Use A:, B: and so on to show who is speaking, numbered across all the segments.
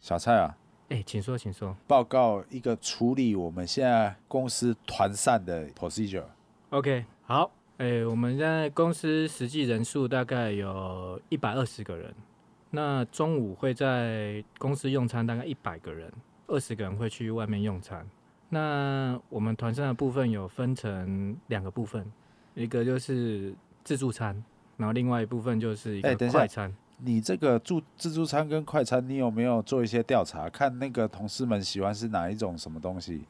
A: 小蔡啊，
B: 哎，请说，请说。
A: 报告一个处理我们现在公司团散的 procedure。
B: OK，好，哎，我们现在公司实际人数大概有一百二十个人，那中午会在公司用餐大概一百个人，二十个人会去外面用餐。那我们团餐的部分有分成两个部分，一个就是自助餐，然后另外一部分就是一
A: 哎
B: 个
A: 等一下
B: 快餐。
A: 你这个助自助餐跟快餐，你有没有做一些调查，看那个同事们喜欢是哪一种什么东西？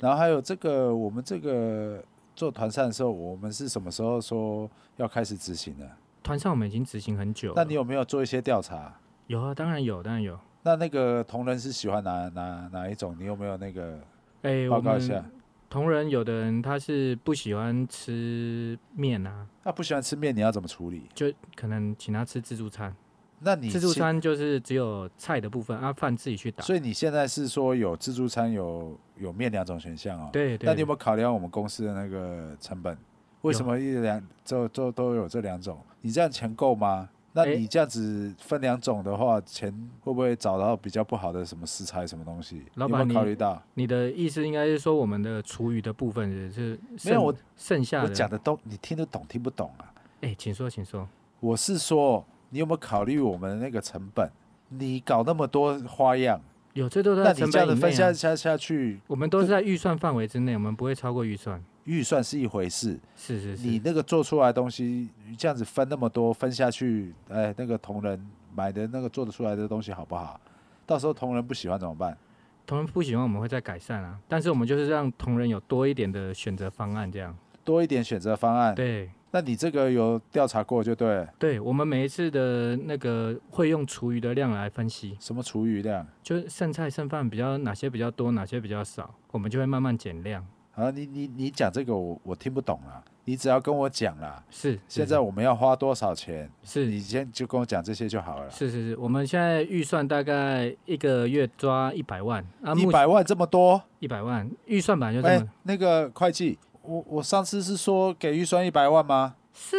A: 然后还有这个，我们这个做团膳的时候，我们是什么时候说要开始执行的？
B: 团餐我们已经执行很久了，
A: 那你有没有做一些调查？
B: 有啊？当然有，当然有。
A: 那那个同仁是喜欢哪哪哪一种？你有没有那个
B: 哎，
A: 报
B: 我
A: 告一下
B: 们？同仁有的人他是不喜欢吃面啊，
A: 那不喜欢吃面，你要怎么处理？
B: 就可能请他吃自助餐。
A: 那你
B: 自助
A: 现，
B: 餐就是只有菜的部分，啊，饭自己去打。
A: 所以你现在是说有自助餐有有面两种选项哦？。
B: 对对，
A: 那你有没有考量我们公司的那个成本？为什么一两就就都有这两种？你这样钱够吗？那
B: 哎
A: 你这样子分两种的话，钱会不会找到比较不好的什么食材、什么东西？
B: 老
A: 你
B: 板
A: 有没有考
B: 你
A: 虑到？
B: 你的意思应该是说我们的厨余的部分也是
A: 没有
B: 剩
A: 我
B: 剩下
A: 我
B: 的。
A: 讲的都你听得懂听不懂啊？
B: 哎，请说，请说。
A: 我是说，你有没有考虑我们的那个成本？你搞那么多花样，
B: 有这都
A: 那
B: 在
A: 你
B: 成
A: 这样
B: 本
A: 子
B: 以内、
A: 分下
B: 啊，
A: 下下去，
B: 我们都是在预算范围之内，我们不会超过预算。
A: 预算是一回事，
B: 是是
A: 你
B: 是，
A: 那个做出来的东西，你这样子分那么多分下去，哎，那个同仁买的那个做得出来的东西好不好？到时候同仁不喜欢怎么办？
B: 同仁不喜欢我们会再改善啊，但是我们就是让同仁有多一点的选择方案，这样。
A: 多一点选择方案。
B: 对
A: 那你这个有调查过就对了，
B: 对，我们每一次的那个会用厨余的量来分析，
A: 什么厨余量
B: 就是剩菜剩饭比较哪些比较多，哪些比较少，我们就会慢慢减量。
A: 啊？你你你讲这个我我听不懂啦，你只要跟我讲啦，
B: 是，
A: 现
B: 是
A: 在我们要花多少钱，
B: 是
A: 你先就跟我讲这些就好了啦。
B: 是是是，我们现在预算大概一个月抓一百万啊，
A: 一
B: 目
A: 百万这么多，
B: 一百万预算本来就这
A: 哎、
B: 么、
A: 那个会计，我我上次是说给预算一百万吗？
B: 是，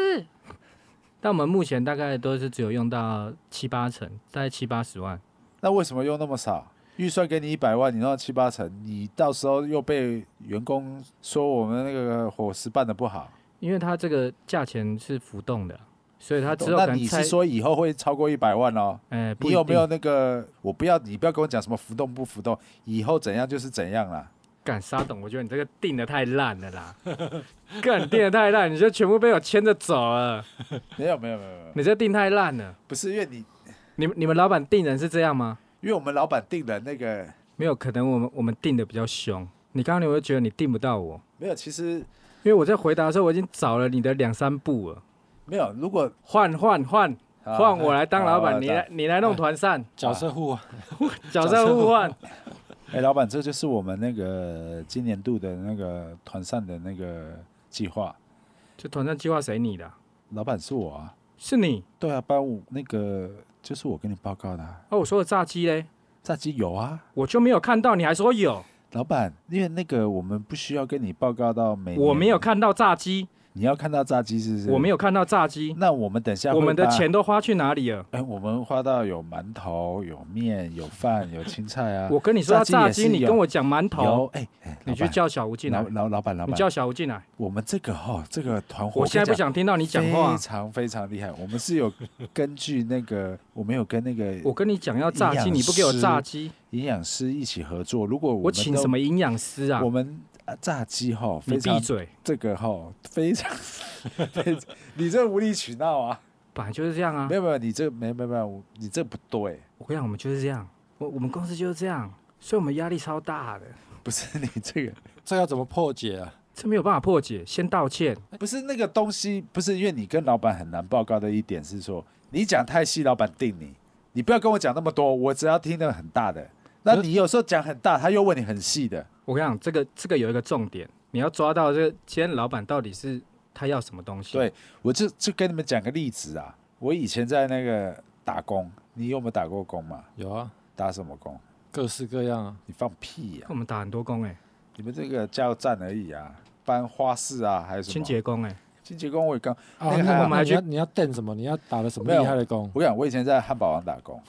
B: 但我们目前大概都是只有用到七八成，大概七八十万。
A: 那为什么用那么少？预算给你一百万，你用到七八成，你到时候又被员工说我们那个伙食办的不好。
B: 因为它这个价钱是浮动的，所以它之后可
A: 那
B: 能
A: 你
B: 菜
A: 是，说以后会超过一百万哦？
B: 哎、不
A: 你
B: 一
A: 有没
B: 定
A: 有那个？我不要，你不要跟我讲什么浮动不浮动，以后怎样就是怎样啦。
B: 敢沙董？我觉得你这个定的太烂了啦， 干定的太烂，你就全部被我牵着走了，
A: 没有没有没有没有，
B: 你这定太烂了。
A: 不是因为你，
B: 你们你们老板定人是这样吗？
A: 因为我们老板定的那个
B: 没有，可能我们我们定的比较凶。你刚刚你会觉得你定不到我，
A: 没有，其实
B: 因为我在回答的时候，我已经找了你的两三步了，
A: 没有。如果
B: 换换换，
A: 啊
B: 换我来当老
A: 好
B: 板，
A: 好
B: 你
A: 好
B: 来你来弄团扇，
C: 角色互换，
B: 角色互换。
A: 哎，老板，这就是我们那个今年度的那个团扇的那个计划。
B: 这团扇计划谁拟的啊？
A: 老板是我啊。
B: 是你
A: 对啊，班五那个就是我跟你报告的、啊，
B: 哦，我说的炸鸡嘞，
A: 炸鸡有啊，
B: 我就没有看到，你还说有，
A: 老板，因为那个我们不需要跟你报告到每，
B: 我没有，看到炸鸡，
A: 你要看到炸鸡是不是？
B: 我没
A: 有，
B: 有看到炸鸡，
A: 那我们等下
B: 我们的
A: 会把，
B: 钱都花去哪里了？
A: 哎，我们花到有馒头、有面、有饭、有青菜啊，
B: 我跟你说要炸
A: 炸鸡也
B: 鸡，
A: 是有
B: 你跟我讲馒
A: 有
B: 头，
A: 哎，哎
B: 你去叫小吴进
A: 老
B: 来
A: 板，老老老板老
B: 你
A: 板，
B: 叫小吴进来，
A: 我们这个哈、这个团伙，
B: 我现在不
A: 跟
B: 想听到你
A: 你
B: 讲话啊
A: 非。常非常厉害，我们是有根据那个，我们有跟那个
B: 我跟你讲要炸鸡，
A: 营养
B: 你不给我
A: 师
B: 炸鸡，
A: 营养师一起合作，如果我
B: 我
A: 们
B: 请
A: 都
B: 什么营养师啊
A: 我？们啊炸鸡哈、
B: 你
A: 非
B: 闭
A: 常
B: 嘴！
A: 这个哈、非常 非常，你这无理取闹啊！
B: 本来就是这样啊
A: 没。有没有，你这没没没有，你这不对，
B: 我跟你讲，我们就是这样，我我们公司就是这样，所以我们压力超大的，
A: 不是你这个
C: 这要怎么破解啊？
B: 这没有办法破解，先道歉。
A: 不是那个东西，不是因为你跟老板很难报告的一点是说，你讲太细，老板定你，你不要跟我讲那么多，我只要听得很大的。那你有时候讲很大，他又问你很细的，
B: 我跟你讲，这个这个有一个重点，你要抓到这个今天老板到底是他要什么东西。
A: 对我就就跟你们讲个例子啊，我以前在那个打工，你有没有打过工嘛？
C: 有啊，
A: 打什么工？
C: 各式各样啊。
A: 你放屁呀、
B: 我们打很多工哎、
A: 你们这个加油站而已啊，搬花市啊，还有什么
B: 清洁工哎、
A: 清洁工我也刚，
C: 啊，
A: 那个还
C: 那
A: 好
C: 我们还去你要垫什么？你要打了什么
A: 没有
C: 厉害的工？
A: 我跟你讲，我以前在汉堡王打工。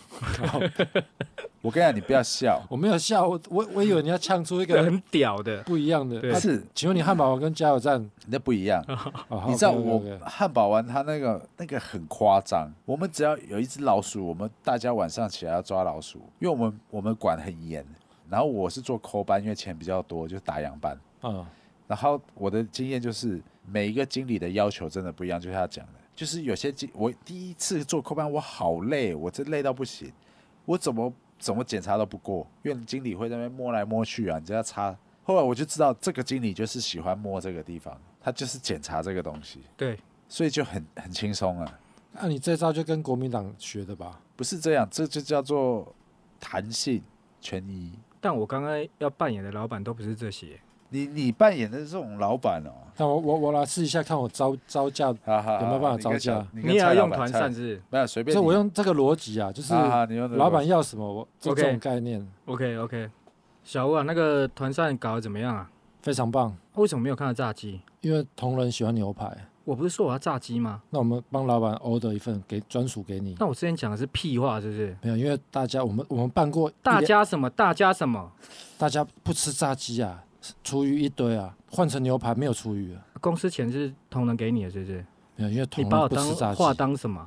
A: 我跟你讲，你不要笑，
C: 我没有笑，我我我以为你要呛出一
B: 这
C: 个
B: 很屌的。
C: 不一样的。
B: 对
C: 啊
A: 是
C: 请问你汉堡王跟加油站？
A: 那不一 样。
C: 哦好
A: 你知道
C: OK，OK，OK
A: 我汉堡王它那个那个很夸张，我们只要有一只老鼠，我们大家晚上起来要抓老鼠，因为我们我们管很严。然后我是做扣班，因为钱比较多，就打烊班。
C: 嗯，
A: 然后我的经验就是，每一个经理的要求真的不一样，就是他讲的，就是有些经我第一次做扣班，我好累，我真累到不行，我怎么怎么检查都不过，因为经理会在那边摸来摸去啊，你知道擦。后来我就知道这个经理就是喜欢摸这个地方，他就是检查这个东西，
B: 对，
A: 所以就很很轻松啊，
C: 那你这招就跟国民党学的吧？
A: 不是这样，这就叫做弹性权益。
B: 但我刚刚要扮演的老板都不是这些，
A: 你你扮演的这种老板哦，
C: 但我我我来试一下，看我招招架。
A: 哈哈，
C: 有没有办法招架
A: 你跟
B: 你也要
A: 蔡老
B: 用
A: 板
B: 团
A: 蔡
B: 扇，是
A: 没有随便
C: 所以
A: 你
C: 我用这个逻辑啊，就是
A: 啊啊，你用这个
C: 老
A: 逻
C: 板
A: 辑
C: 要什么，我就
B: OK
C: 这种概念
B: OK OK。小吴啊，那个团扇搞得怎么样啊？
C: 非常棒。
B: 为什么没有看到炸鸡？
C: 因为同仁喜欢牛排，不
B: 我不是说我要炸鸡吗？
C: 那我们帮老板 order 一份给专属给你。
B: 那我之前讲的是屁话，是不是？
C: 没有，因为大家我们我们办过一
B: 大
C: 两
B: 家什么？大家什么？
C: 大家不吃炸鸡啊，厨余一堆啊，换成牛排没有厨余啊，
B: 公司钱是同仁给你的，是不是？
C: 没有，因为
B: 你
C: 同
B: 把我
C: 仁不
B: 当
C: 吃炸鸡。
B: 话当什么？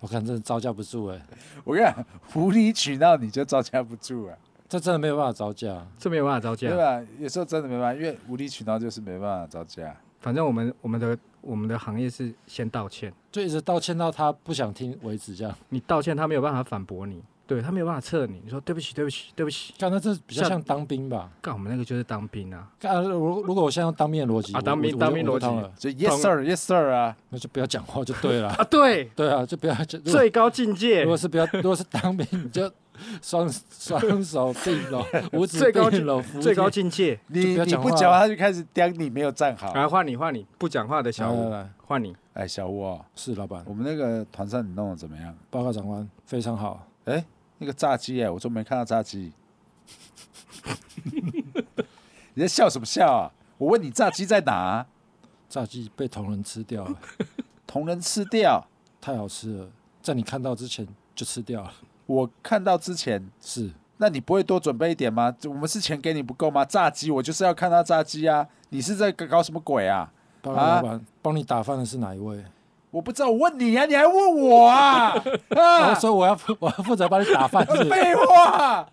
C: 我看真的招架不住哎、
A: 我跟你讲，无理取闹你就招架不住 啊，
C: 这真的没有办法招架。
B: 这没有办法
C: 啊
B: 招
A: 对
B: 架。
A: 吧？有时候真的没办法，因为无理取闹就是没办法招架。
B: 反正我们我们的我们的行业是先道歉，
C: 就一直道歉到他不想听为止，这样。
B: 你道歉他没有办法反驳你，对他没有办法撤你。你说对不起，对不起，对不起。
C: 看，那这比较
B: 像
C: 像当兵吧？
B: 干我们那个就是当兵啊，
C: 看，如如果我现在用当面逻辑，
B: 啊
C: 我
B: 当
C: 我
B: 兵
C: 就
B: 当兵
C: 我就
B: 逻辑
C: 通了
A: 所以 yes
B: 同
A: sir yes sir 啊，
C: 那就不要讲话就对了。
B: 啊，对，
C: 对啊，就不要就如果
B: 最高境界
C: 如，果是不要，如果是当兵，你就双双手并 拢，五指
B: 最高
C: 并拢，扶
B: 最
C: 着
B: 高境界。
A: 你
C: 不要
A: 你
C: 讲
A: 不
C: 话啊
A: 讲话，他就开始刁你没有站好。
B: 来换你，换你，不讲话的小
C: 来来
B: 吴，
C: 来，
B: 换你。
A: 哎，小吴、哦，
C: 是老板
A: 我，们那个团扇你弄得怎么样？
C: 报告长官，非常好。
A: 哎，那个炸鸡哎，我都没看到炸鸡。 你在笑什么笑啊？我问你炸鸡在哪、啊
C: 炸鸡被同仁吃掉 了，
A: 同人吃掉。
C: 太好吃了，在你看到之前就吃掉了。
A: 我看到之前，
C: 是，
A: 那你不会多准备一点吗？我们是钱给你不够吗？炸鸡，我就是要看到炸鸡啊！你是在搞搞什么鬼啊？
C: 报告
A: 啊
C: 老板，帮你打饭的是哪一位？
A: 我不知道，我问你啊，你还问我啊？
C: 我
A: 啊，
C: 说哦我要负我要负责帮你打饭，是 不是
A: 废话，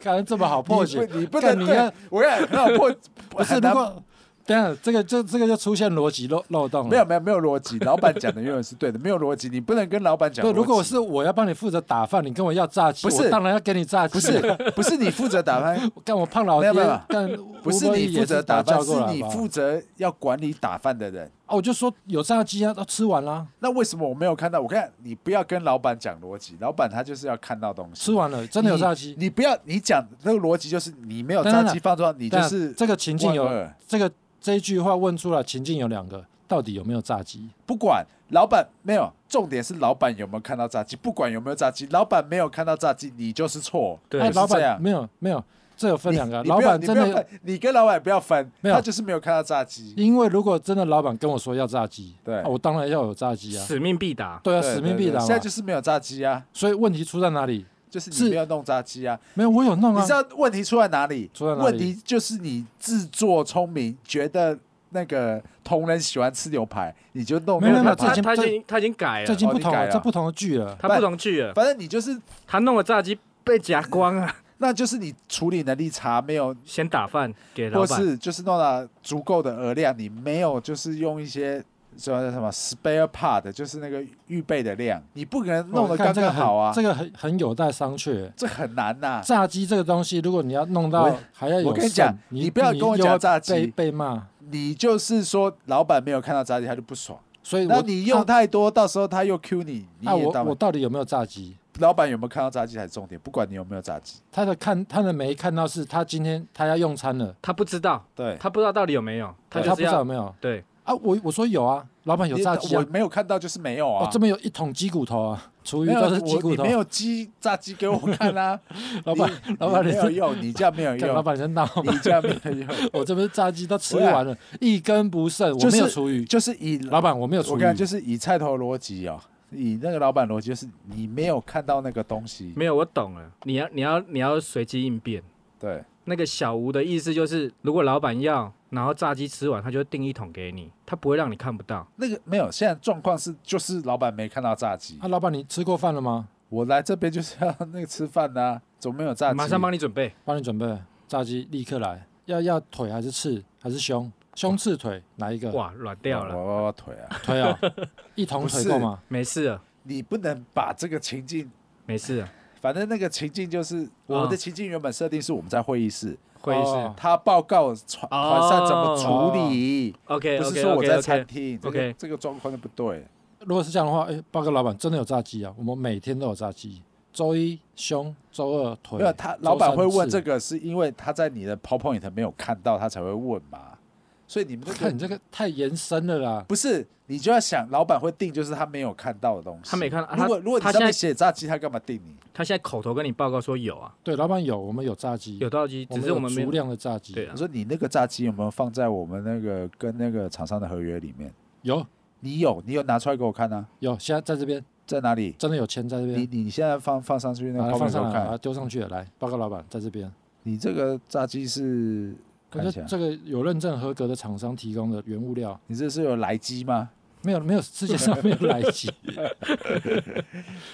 C: 感觉这么好破解
A: 你，不你不
C: 干
A: 能
C: 你要
A: 对，我要很好破，
C: 不是
A: 很
C: 如
A: 难
C: 果等一下这个这这个就出现逻辑漏漏洞了。
A: 没有没有没有逻辑，老板讲的永远是对的，没有逻辑，你不能跟老板讲逻
C: 对，
A: 辑。
C: 如果是我要帮你负责打饭，你跟我要炸鸡，
A: 不是
C: 我当然要给你炸鸡。
A: 不是，不是你负责 打饭，
C: 干我胖老
A: 没
C: 爹
A: 有没有，
C: 干
A: 不是
C: 吴伯义
A: 你
C: 也
A: 负责打
C: 打叫
A: 饭，是
C: 过来
A: 你
C: 吧
A: 负责要管理打饭的人。
C: 啊！我就说有炸鸡啊，都吃完啦，
A: 那为什么我没有看到？我看你不要跟老板讲逻辑，老板他就是要看到东西。
C: 吃完了，真的有炸鸡。
A: 你你不要你讲那个逻辑就是你没有
C: 当然
A: 炸
C: 了
A: 鸡放桌上，你就
C: 但
A: 是
C: 这个情境
A: 万
C: 有
A: 恶
C: 这个这一句话问出来，情境有两个，到底有没有炸鸡？
A: 不管老板没有，重点是老板有没有看到炸鸡，不管有没有炸鸡，老板没有看到炸鸡，你就是错。
B: 对
C: 哎
A: 就是
C: 老
A: 这
C: 板
A: 样
C: 没有没有，这有分两个，
A: 你
C: 老
A: 不要
C: 板
A: 你
C: 真
A: 不要
C: 的，
A: 分你跟老板不要分，
C: 没有
A: 他就是没有看到炸鸡。
C: 因为如果真的老板跟我说要炸鸡，
A: 对
C: 啊我当然要有炸鸡啊，
B: 使命必达。
C: 对啊，
A: 对
C: 使命
A: 对
C: 必
A: 对
C: 达嘛
A: 现。在就是没有炸鸡啊，
C: 所以问题出在哪里？
A: 就是
C: 是
A: 你没有弄炸鸡啊。
C: 没有，我有弄
A: 你
C: 啊
A: 知。道问题出在哪里？
C: 出在哪里
A: 问题就是你自作聪明，觉得那个同仁喜欢吃牛排，你就弄
C: 没有
A: 牛
C: 没有
A: 排
C: 这
B: 他
C: 已经
A: 排。
C: 这
B: 他已经他已经改
C: 这已
B: 了，
C: 经
A: 哦
C: 不
A: 你
C: 同
A: 改
C: 了，
A: 了
C: 这不同的剧了。
B: 他不同去了，
A: 反正你就是，
B: 他弄了炸鸡被夹光啊，
A: 那就是你处理能力差，没有，
B: 先打饭给老
A: 或
B: 板。
A: 是就是弄到足够的额量，你没有就是用一些什么什么 spare part，就是那个预备的量，你不可能弄
C: 我
A: 得
C: 哦看
A: 刚
C: 这个
A: 刚
C: 很
A: 好啊，
C: 这个很很有待商榷。
A: 这很难呐、
C: 炸鸡这个东西，如果你要弄到
A: 我
C: 还要有
A: 我跟你
C: 剩
A: 讲
C: 你
A: 你不要跟我讲
C: 又会
A: 炸鸡
C: 被被骂。
A: 你就是说老板没有看到炸鸡，他就不爽。
C: 所以
A: 那
C: 我
A: 你用
C: 啊
A: 太多，到时候他又 Q 你，你
C: 啊，
A: 也
C: 我
A: 到
C: 我到底有没有炸鸡？
A: 老板有没有看到炸鸡才是重点，不管你有没有炸鸡。
C: 他的看他的没看到是他今天他要用餐了，
B: 他不知道，
A: 对，
B: 他不知道到底有没有，
C: 他
B: 就
C: 他不
B: 是
C: 知道
B: 要
C: 有没有
B: 对，
C: 啊？啊，我我说有啊，老板有炸鸡啊
A: 我，没有看到就是没有
C: 哦
A: 啊，，
C: 这边有一桶鸡骨头啊，厨余
A: 没有
C: 都是鸡
A: 我
C: 骨
A: 你
C: 头
A: 没。有鸡炸鸡给我看啊，
C: 哦 老板
A: 你
C: 老板
A: 你
C: 你
A: 没
C: 是
A: 有用，你这样没有
C: 干老
A: 用，
C: 板人闹， 哦
A: 你这样没有 用，
C: 我这边炸鸡都吃完了，一根不剩，我
A: 就是
C: 没有厨余。
A: 就是以
C: 老板，我没有
A: 我
C: 厨余
A: 跟你，讲，就是以菜头逻辑哦，以那个老板逻辑，就是你没有看到那个东西，
B: 没有，我懂了。你要你要你要随机应变。
A: 对，
B: 那个小吴的意思就是，如果老板要，然后炸鸡吃完，他就订一桶给你，他不会让你看不到。
A: 那个没有。现在状况是，就是老板没看到炸鸡
C: 啊，，老板你吃过饭了吗？
A: 我来这边就是要那个吃饭呐、总没有炸鸡，
B: 马上帮你准备。
C: 帮你准备炸鸡，立刻来。要要腿还是翅还是胸？胸翅腿哪一个？
B: 哇，软掉
C: 哦
B: 了，
A: 我我腿啊！
C: 腿啊，一桶腿够吗？
B: 没事了，
A: 你不能把这个情境，
B: 没事了。
A: 反正那个情境就是我们的情境原本设定是我们在会议室，
B: 啊会议室
C: 哦
A: 他报告团
B: 哦
A: 团上怎么处理，
B: ，OK
A: 不
B: OK
A: 是
B: OK
A: 说我在
B: OK，
A: 餐厅，这个
B: OK
A: 这个状况就不对。
C: 如果是这样的话，哎、报告老板，真的有炸鸡啊！我们每天都有炸鸡，周一胸，周二腿。
A: 没有他老板会问这
C: 个，
A: 个，是因为他在你的 PowerPoint 没有看到，他才会问嘛。所以你们这
C: 看你
A: 个
C: 这个太延伸了啦。
A: 不是，你就要想，老板会定就是他没有看到的东西。
B: 他没看到啊
A: 如果
B: 他
A: 如果你
B: 他
A: 上
B: 现
A: 面
B: 在
A: 写炸鸡，他干嘛定你？
B: 他现在口头跟你报告说有啊，
C: 对，老板有，我们有炸鸡，
B: 有
A: 嗯
B: 到机，只是
C: 我
B: 我们没
C: 有足
B: 有。
C: 量的炸鸡。
B: 对啊
A: 我，说你那个炸鸡有没有放在我们那个跟那个厂商的合约里面？
C: 有
A: 你有，你有拿出来给我看啊？
C: 有，现在在这边
A: 在哪里？
C: 真的有钱在这
A: 你
B: 啊
C: 边，
A: 你现在放放上去那
C: 把
A: 个
C: 它
A: PowerPoint
C: 放
A: 给
C: 上
A: 我
C: 来，把它
A: 看，
C: 丢上去了。来，报告老板，在这边。
A: 你这个炸鸡是
C: 可
A: 看起
C: 是
A: 来，
C: 这个有认证合格的厂商提供的原物料，
A: 你这是有来鸡吗？
C: 没有没有，世界上没有来 鸡，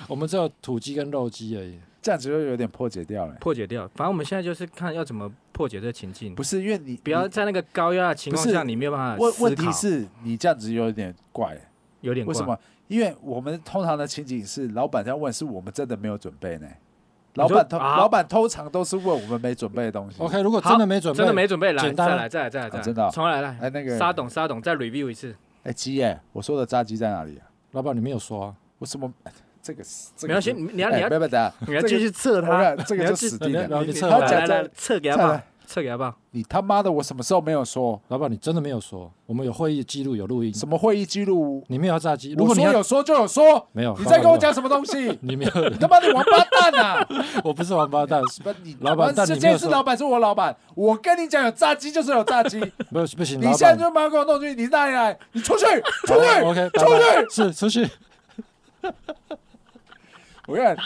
C: 我们只有土鸡跟肉鸡而已。
A: 这样子就有点破解掉了。
B: 破解掉。反正我们现在就是看要怎么破解这个情境，
A: 不是因为你
B: 不要
A: 你
B: 在那个高压的情况
A: 不是
B: 下，你没有办法
A: 问问
B: 呃思
A: 题
B: 考。
A: 是你这样子有点怪，
B: 有点
A: 为什
B: 怪？
A: 么？因为我们通常的情景是，老板在问，是我们真的没有准备呢。
B: 你
A: 老
B: 说
A: 板通、
B: 啊
A: 老板通常都是问我们没准备的东西。
C: OK，如果
B: 好
C: 真的没准备，
B: 真的没准备，来，
C: 简单
B: 再来，再来，再来，再来，
A: 真的哦
B: 重来来。
A: 哎，那个
B: 沙董，沙董，再 review 一次。
A: 哎鸡哎，我说的炸鸡在哪里啊？
C: 老板，你没有说啊？
A: 我什么？这个是这
B: 没
A: 个
B: 关系，
A: 是
B: 你你要你
A: 哎
B: 要
A: 不要不要 等下，
B: 你要继续测
A: 我
B: 他，
A: 看啊这
B: 你
A: 个
B: 要
A: 就
B: 继
A: 死定了
C: 然。后你测
A: 好
C: 完
A: 讲
C: 了，
B: 来来来，测给他
A: 再
B: 吧，
A: 来，
B: 测给他吧。
A: 你他妈的，我什么时候没有说？
C: 老板，你真的没有说，我们有会议记录，有录音，
A: 什么会议记录？
C: 你没有要炸鸡。如
A: 我
C: 果你
A: 说
C: 要
A: 有说就有说，
C: 没有，
A: 你
C: 老
A: 在
C: 板
A: 跟我，讲什么东西？
C: 你没有，
A: 你他妈的王八蛋啊！
C: 我不是王八蛋，
A: 不，你
C: 老板但你
A: 是
C: 没有
A: 这是
C: 说
A: 老板是我老板，我跟你讲有炸鸡就是有炸 鸡，
C: 不不行，
A: 你
C: 老
A: 现在
C: 板，
A: 就马上给我弄出去，你哪里来？你出去，出
C: 好
A: 去！
C: ，OK，
A: 出
C: 去，是出去，
A: 我看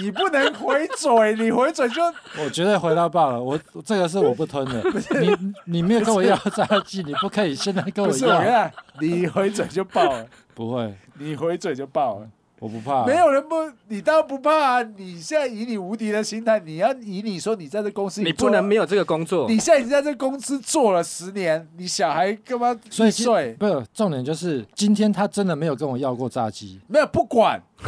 A: 你不能回嘴，你回嘴就
C: 我绝对回到爆了，我这个是我不吞 的，你你没有跟我要炸鸡，你不可以现在跟
A: 不
C: 我
A: 是我
C: 要，
A: 看你回嘴就爆了，
C: 不会，
A: 你回嘴就爆了。
C: 我不怕，
A: 没有人不，你当然不怕啊！你现在以你无敌的心态，你要以你说你在这公司
B: 你
A: 做
B: 不能没有这个工作
A: 你，现在已经在这公司做了十年，你小孩干嘛一
C: 所以今
A: 岁
C: 不是重点就是今天他真的没有跟我要过炸鸡，
A: 没有不管，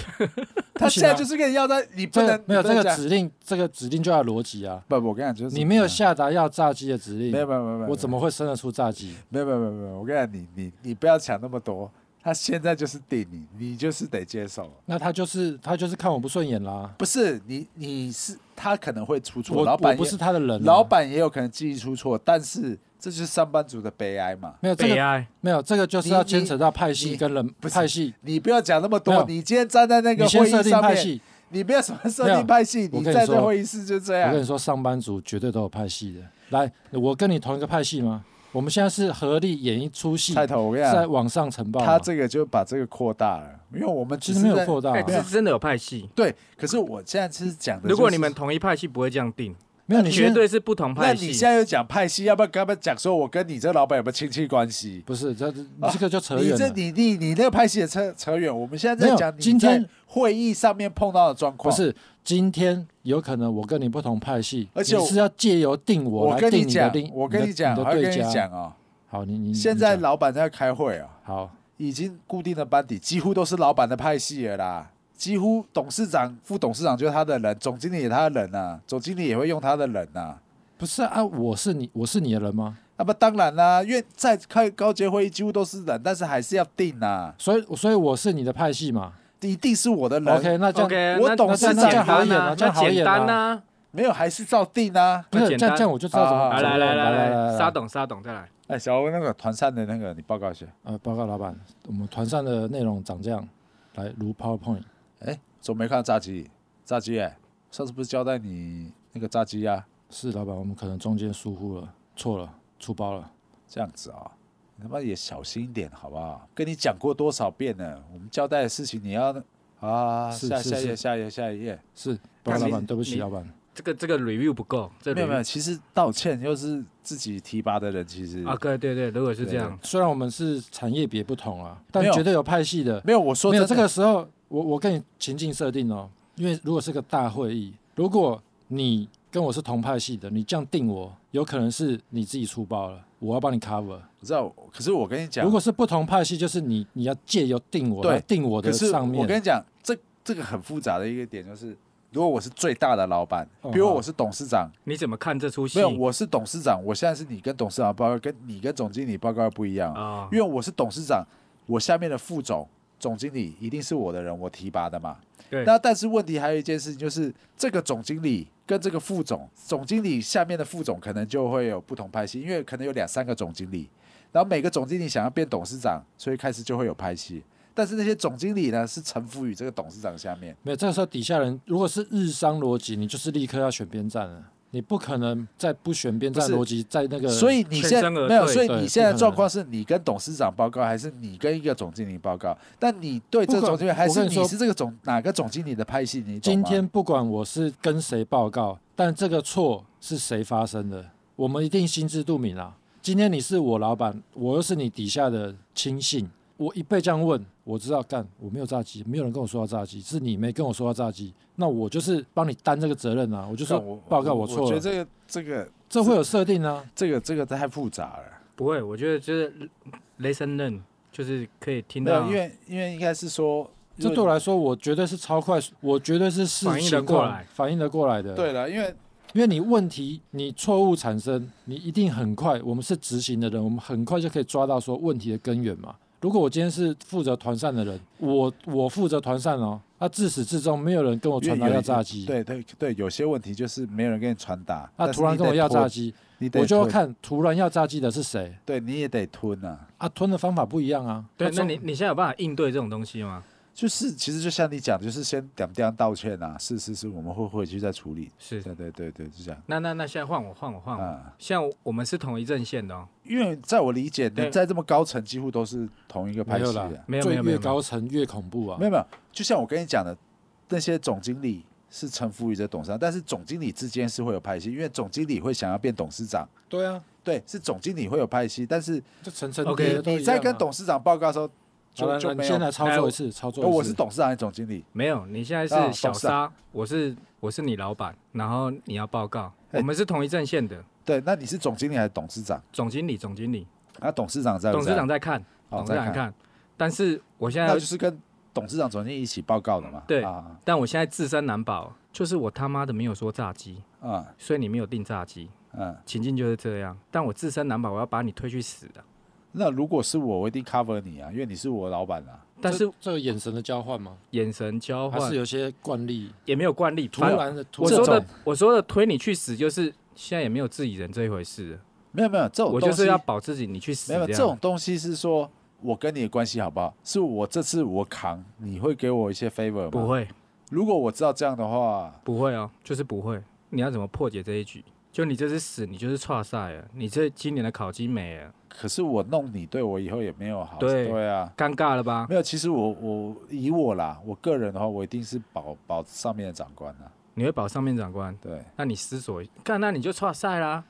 A: 他
C: 不行啊
A: 现在就是跟你要在，你不
C: 这
A: 能
C: 个没有
A: 你
C: 这
A: 不能
C: 个
A: 讲
C: 指令，这个指令就要有逻辑啊，
A: 不，我跟你讲，就是啊
C: 你没有下达要炸鸡的指令，
A: 没有没有没有没有，
C: 我怎么会生得出炸鸡？
A: 没有没有没有没有，我跟你讲，你你你不要想那么多，他现在就是定你，你就是得接受。
C: 那他就是他就是看我不顺眼啦。
A: 不是你，你是他可能会出错，
C: 我
A: 老板
C: 我
A: 也
C: 不是他的人啊、
A: 老板也有可能记忆出错，但是这就是上班族的悲哀嘛。
C: 没有这
B: 悲
A: 啊
C: 个
B: 哀。
C: 没有这个就是
A: 你
C: 要牵扯到派
A: 你
C: 系跟人
A: 不是
C: 派系，
A: 你不要讲那么
C: 没
A: 多，
C: 有
A: 你今天站在那个
C: 你
A: 会
C: 先
A: 议
C: 设定
A: 上
C: 派
A: 面，
C: 系。
A: 你不要什么设
C: 没有
A: 定派系，
C: 我
A: 你
C: 跟你
A: 在这
C: 说
A: 会议室就这
C: 我跟
A: 样
C: 你。说，上班族绝对都有派系的。来，我跟你同一个派系吗？我们现在是合力演一出戏，
A: 菜头，我跟你
C: 在
A: 讲，
C: 网上呈报吗。
A: 他这个就把这个扩大了，因为我们
C: 其
A: 只
C: 实
A: 是
C: 没有
A: 在
C: 扩大、
B: 哎，
C: 啊，
B: 这是真的有派系。
A: 对，可是我现在是讲的，
B: 如果你们同一派系，不会这样定，
C: 没有你
B: 绝
C: 现在
B: 对是不同
A: 那
B: 派
A: 你
B: 系。
A: 现在又讲派系，要不要跟他们讲说，我跟你这老板有没有亲戚关系？
C: 不是这你这个就扯
A: 啊你
C: 远
A: 这
C: 了。
A: 你你你那个派系也扯扯远，我们现在
C: 没
A: 在
C: 有
A: 讲你
C: 今天
A: 在会议上面碰到的状
C: 不
A: 况。，
C: 是，今天有可能我跟你不同派系，
A: 而且我
C: 你是要借由定我
A: 我
C: 来
A: 跟
C: 定的
A: 讲
C: 定，，
A: 我跟
C: 你的
A: 讲，
C: 你
A: 我
C: 的
A: 要跟
C: 对
A: 你
C: 家。嗯
A: 讲哦，
C: 好，你你你
A: 现在
C: 讲
A: 老板在开会啊，
C: 好，
A: 已经固定的班底几乎都是老板的派系了啦，几乎董事长、副董事长就是他的人，总经理也他的人啊，总经理也会用他的人啊。
C: 不是啊，我是你，我是你的人吗？
A: 那么当然啦、因为在开高阶会议几乎都是人，但是还是要定啊，
C: 所以，所以我是你的派系嘛。
A: 一定是我的人。
C: OK，那这样
B: OK，
A: 我
B: 那
A: 懂
B: 那
A: 事
B: 那
A: 长
B: 简
A: 好
B: 单
C: 演
B: 呐
C: 啊，这
B: 那
C: 样好
B: 简
C: 演啊
B: 单呐。
A: 没有还是照定啊。
C: 不是
B: 那简
C: 这样，
B: 单
C: 这样我就知道怎么。
A: 好好
C: 怎么
B: 好来
C: 来
B: 来来来
C: 来
A: 来
B: 沙董沙董再来，
A: 哎，小欧那个团扇的那个，你报告一下。
C: 呃，报告老板，我们团上的内容长这样，来如 PowerPoint。
A: 哎，怎么没看到炸鸡？炸鸡哎、上次不是交代你那个炸鸡啊呀、
C: 是老板，我们可能中间疏忽了，错了，出包了。
A: 这样子啊、你他妈也小心一点好不好？跟你讲过多少遍了，我们交代的事情你要啊，
C: 是
A: 下
C: 是
A: 下一页
C: 是
A: 下一页下一页，
C: 是，报告
B: 但
C: 老
B: 是
C: 板，对不
B: 你
C: 起，老板。
B: 这个这个 review 不够，这
A: 没有没有，
B: review
A: 其实道歉又是自己提拔的人，其实、
B: 啊，对对对，如果是这样，
C: 虽然我们是产业别不同啊，但
A: 没有
C: 绝对有派系的。
A: 没有我说
C: 没有
A: 真
C: 这
A: 的
C: 个时候，我我跟你情境设定哦，因为如果是个大会议，如果你跟我是同派系的，你这样定我，有可能是你自己出包了，我要帮你 cover。
A: 我知道，可是我跟你讲
C: 如，果是不同派系，就是你你要借由定我
A: 对
C: 来定我
A: 可
C: 的
A: 是
C: 上
A: 我跟
C: 面，
A: 你讲，这这个很复杂的一个点就是，如果我是最大的老板，
C: 哦
A: 比如
C: 好
A: 我是董事长，
B: 你怎么看这出戏？
A: 没有我是董事长，我现在是你跟董事长报告，跟你跟总经理报告不一样啊，
B: 啊
A: 因为我是董事长，我下面的副总、总经理一定是我的人，我提拔的嘛。
B: 对
A: 那但是问题还有一件事情，就是这个总经理跟这个副总，总经理下面的副总可能就会有不同派系，因为可能有两三个总经理，然后每个总经理想要变董事长，所以开始就会有派系。但是那些总经理呢，是臣服于这个董事长下面。
C: 没有这个时候底下人如果是日商逻辑，你就是立刻要选边站了，你不可能在不选边站
A: 不是
C: 逻辑在那个
A: 所以你现
B: 全
A: 在
B: 身而
A: 没有，
B: 退嗯
A: 所以
C: 对
A: 你现在
C: 不可能
A: 状况是你跟董事长报告，还是你跟一个总经理报告？但你对这个
C: 不管
A: 总经理，还
C: 我
A: 是
C: 跟你
A: 你
C: 说
A: 是这个总哪个总经理的派系？你懂
C: 今
A: 吗
C: 天不管我是跟谁报告，但这个错是谁发生的，我们一定心知肚明啦。今天你是我老板，我又是你底下的亲信，我一被这样问，我知道干我没有炸鸡，没有人跟我说要炸鸡，是你没跟我说要炸鸡，那我就是帮你担这个责任啊，我就
A: 但
C: 说报告
A: 我
C: 错了，
A: 觉得这个这个
C: 这会有设定啊。
A: 这个这个太复杂了。
B: 不会，我觉得就是雷神刃，就是可以听
A: 没
B: 到
A: 有，因为因为应该是说，
C: 这对我来说，我绝对是超快，我绝对是视
B: 反应得
C: 情
B: 过
C: 况
B: 来
C: 反应得过来的。
A: 对了，因为
C: 因为你问题你错误产生，你一定很快，我们是执行的人，我们很快就可以抓到说问题的根源嘛。如果我今天是负责团扇的人，我我负责团扇哦，那、自始至终没有人跟我传达要炸鸡，，
A: 对对对，有些问题就是没有人跟你传达，
C: 那、
A: 但是
C: 突然
A: 你
C: 跟我
A: 得
C: 要
A: 吞
C: 炸，鸡，
A: 你得
C: 我就要
A: 吞，
C: 看突然要炸鸡的是谁
A: 对，你也得吞啊。
C: 啊，吞的方法不一样啊。
B: 对，
C: 他
B: 那
C: 中
B: 你你现在有办法应对这种东西吗？
A: 就是其实就像你讲，就是先点点道歉啊，是是是，我们会回去再处理。
B: 是，
A: 对对对对，就这样
B: 那那那现在换我换我换我，
A: 啊。
B: 像我们是同一阵线的哦，
A: 因为在我理解，
B: 对
A: 你在这么高层几乎都是同一个派系的
C: 没有啦，
B: 没有没
C: 最
B: 有没
C: 越
B: 有没有，
C: 高层越恐怖啊
A: 没。有没有，就像我跟你讲的，那些总经理是臣服于这董事长，但是总经理之间是会有派系，因为总经理会想要变董事长，
C: 对啊，
A: 对，是总经理会有派系，但是
C: 这层层
B: OK，
C: 叠叠都一
A: 你
C: 样
A: 在
C: 啊
A: 跟董事长报告的时候，
C: 好了
A: 就，就
C: 你
A: 没
C: 先
A: 有。
C: 来操
B: 来
C: 作
B: 我
C: 一次，操作一
A: 呃
C: 次。
A: 我是董事长还是总经理？
B: 没有，你现在
A: 啊
B: 是小
A: 董事
B: 沙，我是我是你老板，然后你要报告，
A: 哎
B: 我们是同一阵线的，
A: 对，那你是总经理还是董事长？
B: 总经理总经理，
A: 那董事长在不
B: 董
A: 在
B: 事长在看，
A: 好
B: 董事长
A: 在看，
B: 看，但是我现在
A: 那就是跟董事长、总经理一起报告的嘛。
B: 对
A: 啊
B: 但我现在自身难保，就是我他妈的没有说炸鸡，
A: 啊
B: 所以你没有定炸鸡，
A: 嗯。
B: 情境就是这样。但我自身难保，我要把你推去死的。
A: 那如果是我，我一定 cover 你啊，因为你是我老板啊。
B: 但是
C: 这这个眼神的交换吗？
B: 眼神交
C: 还
B: 换
C: 是有些惯例，
B: 也没有惯例，
C: 突
B: 反
C: 然的突
B: 我
C: 然
B: 说
A: 这
B: 的
A: 种
B: 我说的推你去死，就是现在也没有自己人这一回事了，
A: 没有没有，这种
B: 我
A: 东
B: 就
A: 西
B: 是要保自己，你去死
A: 没有
B: 这
A: 这
B: 样
A: 种。东西是说我跟你的关系好不好？是我这次我扛，你会给我一些 favor 吗？
B: 不。会
A: 如果我知道这样的话，
B: 不会哦，就是不会。你要怎么破解这一局？就你这是死，你就是差赛了，你这今年的考绩没了，
A: 可是我弄你对我以后也没有好。
B: 对
A: 啊。
B: 尴尬了吧？
A: 没有，其实我我以我啦，我个人的话，我一定是保保上面的长官啊。
B: 你会保上面长官，
A: 对，
B: 那你思索一，干，那你就差赛啦，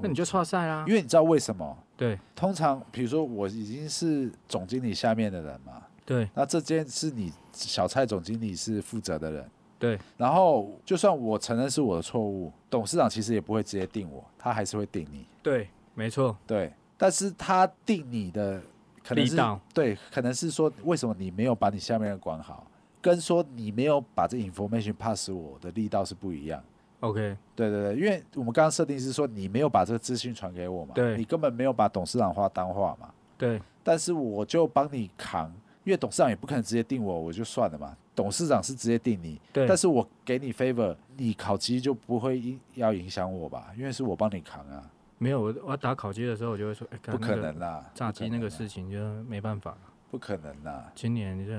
B: 那你就差赛啦
A: 因。为你知道为什么？
B: 对
A: 通常比如说我已经是总经理下面的人嘛，
B: 对
A: 那这件是你小蔡总经理是负责的人。
B: 对，
A: 然后就算我承认是我的错误，董事长其实也不会直接定我，他还是会定你。
B: 对，没错，
A: 对，但是他定你的可能
B: 力
A: 是
B: 道
A: 对，可能是说为什么你没有把你下面人管好，跟说你没有把这 information pass 我的力道是不一样。
B: ，OK，
A: 对对对，因为我们刚刚设定是说你没有把这个资讯传给我嘛，
B: 对
A: 你根本没有把董事长话当话嘛，
B: 对
A: 但是我就帮你扛，因为董事长也不可能直接定我，我就算了嘛。董事长是直接定你，
B: 对，
A: 但是我给你 favor，你考级就不会影要影响我吧，因为是我帮你扛啊。
B: 没有，我我要打烤鸡的时候，我就会说，哎、干
A: 不可
B: 那
A: 能
B: 个
A: 啦，
B: 炸鸡那个
A: 是
B: 事情就没办法了，
A: 不可能啊啦。
B: 今年就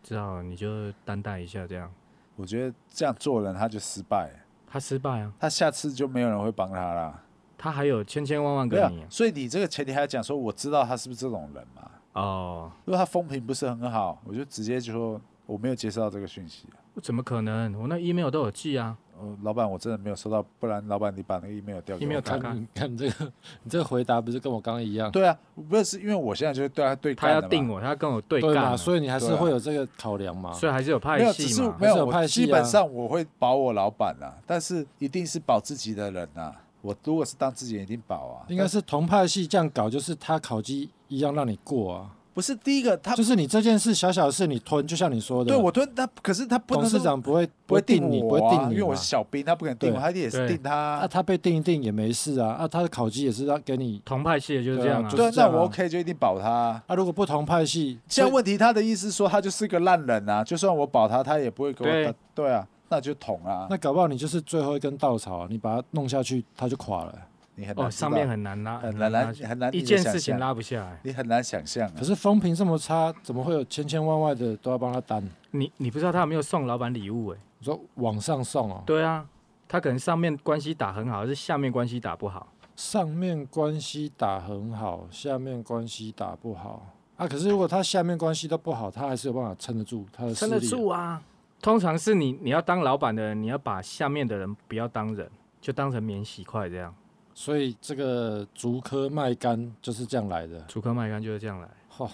B: 只好你就担待一下这样。
A: 我觉得这样做人他就失败，
B: 他失败啊，
A: 他下次就没有人会帮他啦。
B: 他还有千千万万
A: 对
B: 个
A: 啊
B: 你，
A: 所以你这个前提还讲说，我知道他是不是这种人嘛？
B: 哦，
A: 如果他风评不是很好，我就直接就说我没有接收到这个讯息。
B: 我怎么可能？我那 email 都有寄啊，
A: 呃，老板，我真的没有收到，不然老板你把那个 email 调给
B: email
A: 我
B: 打
A: 看。
C: 看
B: 开
C: 你看这个，你这个回答不是跟我刚刚一样？
A: 对啊，不是因为我现在就是对他对
B: 他
A: 干
B: 要
A: 的嘛
B: 定我，他要跟我对
C: 对
B: 干
C: 嘛，
B: 啊，
C: 所以你还是
A: 对啊
C: 会有这个考量嘛。
B: 所以还是有派
A: 没有，只
B: 系
A: 是
B: 嘛。
A: 没有，
C: 还是有
A: 我
C: 派系啊
A: 基本上我会保我老板啊，但是一定是保自己的人呐、我如果是当自己人，一定保啊。
C: 应该是同派系这样搞，就是他烤鸡一样让你过啊，
A: 不是第一个他
C: 就是你这件事小小的事你吞，就像你说的，
A: 对我吞他，可是他不能
C: 董事
A: 说
C: 长不会
A: 不会
C: 定你，不会
A: 我啊
C: 定你嘛，
A: 因为我是小兵，他不肯定我，
C: 对
A: 他也是
B: 对
A: 定他啊、
C: 啊，他被定一定也没事啊，啊，他的烤鸡也是让给你
B: 同派系的就是这样啊，
C: 对啊就
A: 对啊，
C: 是这
A: 那
C: 样啊
A: 我 OK 就一定保他啊。
C: 啊，如果不同派系，
A: 现在问题他的意思说他就是个烂人啊，就算我保他，他也不会给我
B: 对
A: 打。对啊，那就捅啊，
C: 那搞不好你就是最后一根稻草啊，你把它弄下去，它就垮了。
A: 你很难
B: 哦，
A: 知道
B: 上面很难拉，
A: 很难
B: 拉
A: 难，很难
B: 一
A: 你
B: 件
A: 的想
B: 事情
A: 象，
B: 拉不下来。
A: 你很难想象
B: 嗯
A: 啊
C: 可。是风评这么差，怎么会有千千万万的都要帮他担？
B: 你你不知道他有没有送老板礼物哎、
C: 你说往上送哦，
B: 对啊，他可能上面关系打很好，还是下面关系打不好？
C: 上面关系打很好，下面关系打不好啊。可是如果他下面关系都不好，他还是有办法撑得住他的势
B: 撑
C: 力。
B: 得住啊。通常是你你要当老板的人，你要把下面的人不要当人，就当成免洗块这样。
C: 所以这个竹科卖干就是这样来的。
B: 楚科麦干就是这样来，
C: 嚯、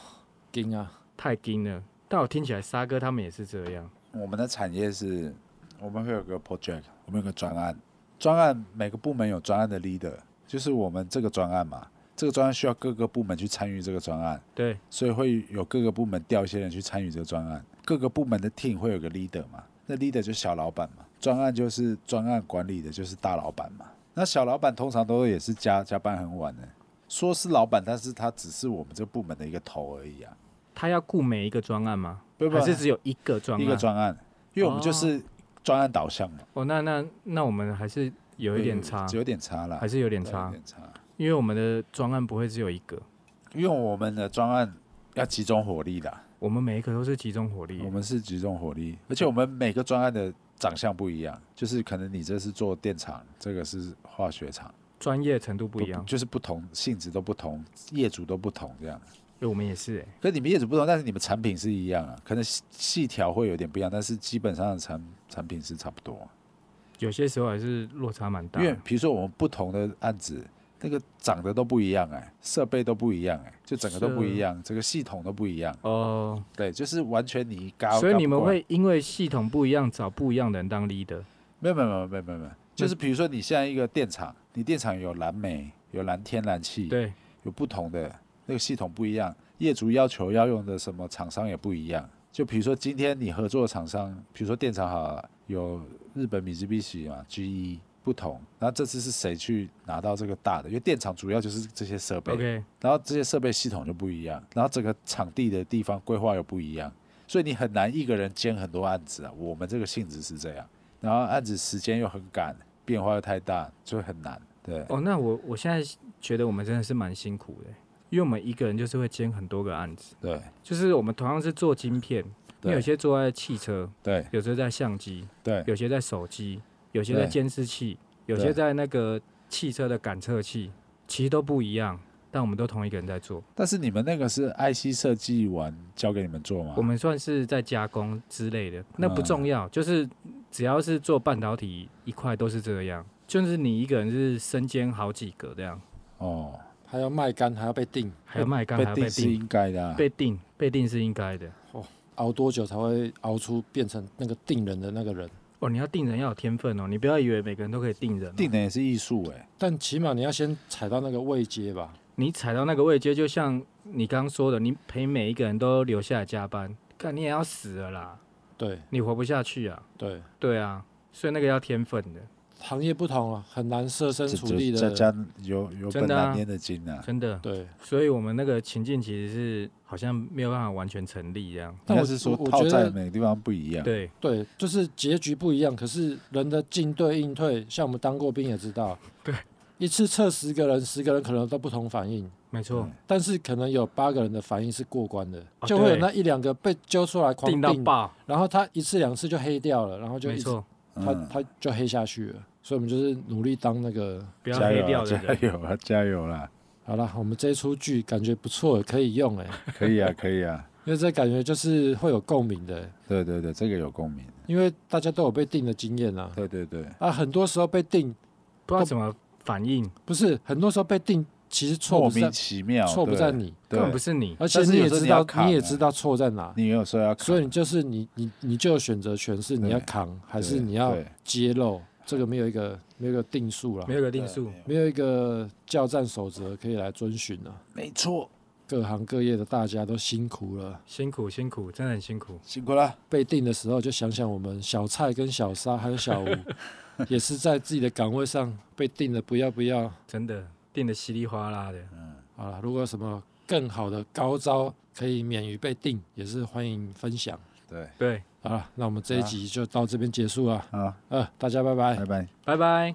C: 金啊！
B: 太精了。但我听起来沙哥他们也是这样，
A: 我们的产业是，我们会有个 project，我们有个专案，专案每个部门有专案的 leader，就是我们这个专案嘛，这个专案需要各个部门去参与这个专案，
B: 对，
A: 所以会有各个部门调一些人去参与这个专案，各个部门的 team 会有个 leader 嘛，那 leader 就是小老板嘛，专案就是专案管理的就是大老板嘛，那小老板通常都也是加加班很晚的，说是老板，但是他只是我们这部门的一个头而已啊，
B: 他要顾每一个专案吗？
A: 不不
B: 还，是只有一个专案？
A: 一个专案，因为我们就
B: 哦
A: 是专案导向嘛。
B: 哦，那那那我们还是有一点差，
A: 有点差啦，
B: 还是有点
A: 对有
B: 差，
A: 点差，
B: 因为我们的专案不会只有一个，
A: 因为我们的专案要集中火力的，
B: 我们每一个都是集中火力
A: 我。们是集中火力，而且我们每个专案的长相不一样，就是可能你这是做电厂，这个是化学厂，
B: 专业程度不一样，
A: 就是不同性质都不同，业主都不同这样。
B: 对，我们也是、欸，
A: 跟你们业主不同，但是你们产品是一样啊，可能细细条会有点不一样，但是基本上的产产品是差不多。
B: 有些时候还是落差蛮大
A: 因为
B: 的。
A: 比如说我们不同的案子，那个长得都不一样哎、设备都不一样哎、就整个都不
B: 是
A: 一样，整个系统都不一样。
B: 哦，
A: 对，就是完全你嘎。
B: 所以
A: 嘎
B: 你
A: 不
B: 们
A: 过来
B: 会因为系统不一样，找不一样的人当 leader。
A: 没有没有没有没有没有没有，就是比如说你现在一个电厂，你电厂有蓝煤、有蓝天然气，，
B: 对，
A: 有不同的那个系统不一样，业主要求要用的什么厂商也不一样。就比如说今天你合作的厂商，比如说电厂好了有日本米兹必喜嘛 GE 不同，然后这次是谁去拿到这个大的？因为电厂主要就是这些设备。
B: OK，
A: 然后这些设备系统就不一样，然后整个场地的地方规划又不一样，所以你很难一个人兼很多案子啊。我们这个性质是这样，然后案子时间又很赶，变化又太大，就很难。对，
B: 哦，那我我现在觉得我们真的是蛮辛苦的欸、因为我们一个人就是会兼很多个案子，
A: 对，就是
B: 就是我们同样是做晶片，因为有
A: 对，
B: 些做在汽车，
A: 对，
B: 有些在相机，
A: 对，
B: 有些在手机，有些在
A: 对
B: 监视器，有
A: 对
B: 些在那个汽车的感测器，其实都不一样，但我们都同一个人在做。
A: 但是你们那个是 IC 设计完交给你们做吗？
B: 我们算是在加工之类的，那不重要，就是只要是做半导体一块都是这样，就是你一个人是身兼好几个这样，
A: 哦，
C: 还要卖干，还要被定，
B: 还要卖干，
A: 被
B: 还要被
A: 定是
B: 定，
A: 应该的啊、
B: 被定被定是应该的。
C: 熬多久才会熬出变成那个定人的那个人？
B: 哦，你要定人要有天分哦，你不要以为每个人都可以定人、哦，
A: 定的也是艺术哎、
C: 但起码你要先踩到那个位阶吧。
B: 你踩到那个位阶，就像你刚刚说的，你陪每一个人都留下来加班，看你也要死了啦，
C: 对
B: 你活不下去啊。
C: 对，
B: 对啊，所以那个要天分的，
C: 行业不同啊，很难设身
A: 这
C: 处地
A: 这这
C: 的。
A: 家有有
B: 真
A: 本
B: 的啊
A: 难念的经啊。
B: 真的。
C: 对，
B: 所以我们那个情境其实是好像没有办法完全成立这样。
A: 应
C: 但
A: 该
C: 我
A: 是说
C: 我我
A: 套
C: 觉
A: 在
C: 得
A: 每个地方不一样。
B: 对，
C: 对，就是结局不一样，可是人的进对应退，像我们当过兵也知道，
B: 对，
C: 一次测十个人，十个人可能都不同反应，
B: 没错，
A: 嗯
C: 但是可能有八个人的反应是过关的，
B: 哦
C: 就会有
B: 对
C: 那一两个被揪出来狂
B: 定到爆，
C: 然后他一次两次就黑掉了，然后就
B: 没
C: 一直
B: 错，
C: 他
A: 嗯，
C: 他就黑下去了。所以我们就是努力当那个
B: 不要
A: 加
B: 黑
A: 油
B: 掉
A: 啊，
B: 的
A: 加
B: 人。
A: 油啊，加油啦！
C: 好了，我们这一出剧感觉不错，可以用哎、
A: 可以 啊，可以啊，
C: 因为这感觉就是会有共鸣的、
A: 对对对，这个有共鸣，
C: 因为大家都有被定的经验啊。
A: 对对对，
C: 啊，很多时候被定
B: 不知道怎么反应，
C: 不是，很多时候被定其实错
A: 莫
C: 不在
A: 名其妙，
C: 错不
A: 对
C: 在，你，
B: 根本不
A: 对，
B: 是你。
C: 而且
A: 但是
C: 你也
A: 有时候
C: 知
A: 你要
C: 道
A: 扛
C: 你也
A: 啊
C: 知道错在哪，
A: 你有时候要扛，
C: 所以你就是你你你就有选择权是你
A: 对
C: 要扛还是
A: 对
C: 你要
A: 对
C: 揭露，这个没有一个没有一个定数啦
B: 没，有个定数，
C: 没有一个教战守则可以来遵循啊。
A: 没错，
C: 各行各业的大家都辛苦了，
B: 辛苦辛苦，真的很辛苦。
A: 辛苦了，
C: 被定的时候就想想我们小蔡跟小沙还有小 吴，也是在自己的岗位上被定的不要不要。
B: 真的定的稀里哗啦的。
A: 嗯
C: 好了，如果有什么更好的高招可以免于被定，也是欢迎分享。
A: 对，
B: 对，
C: 好了，那我们这一
A: 好啊
C: 集就到这边结束了。
A: 好，
C: 呃，大家拜拜
A: 拜。拜。
B: 拜拜。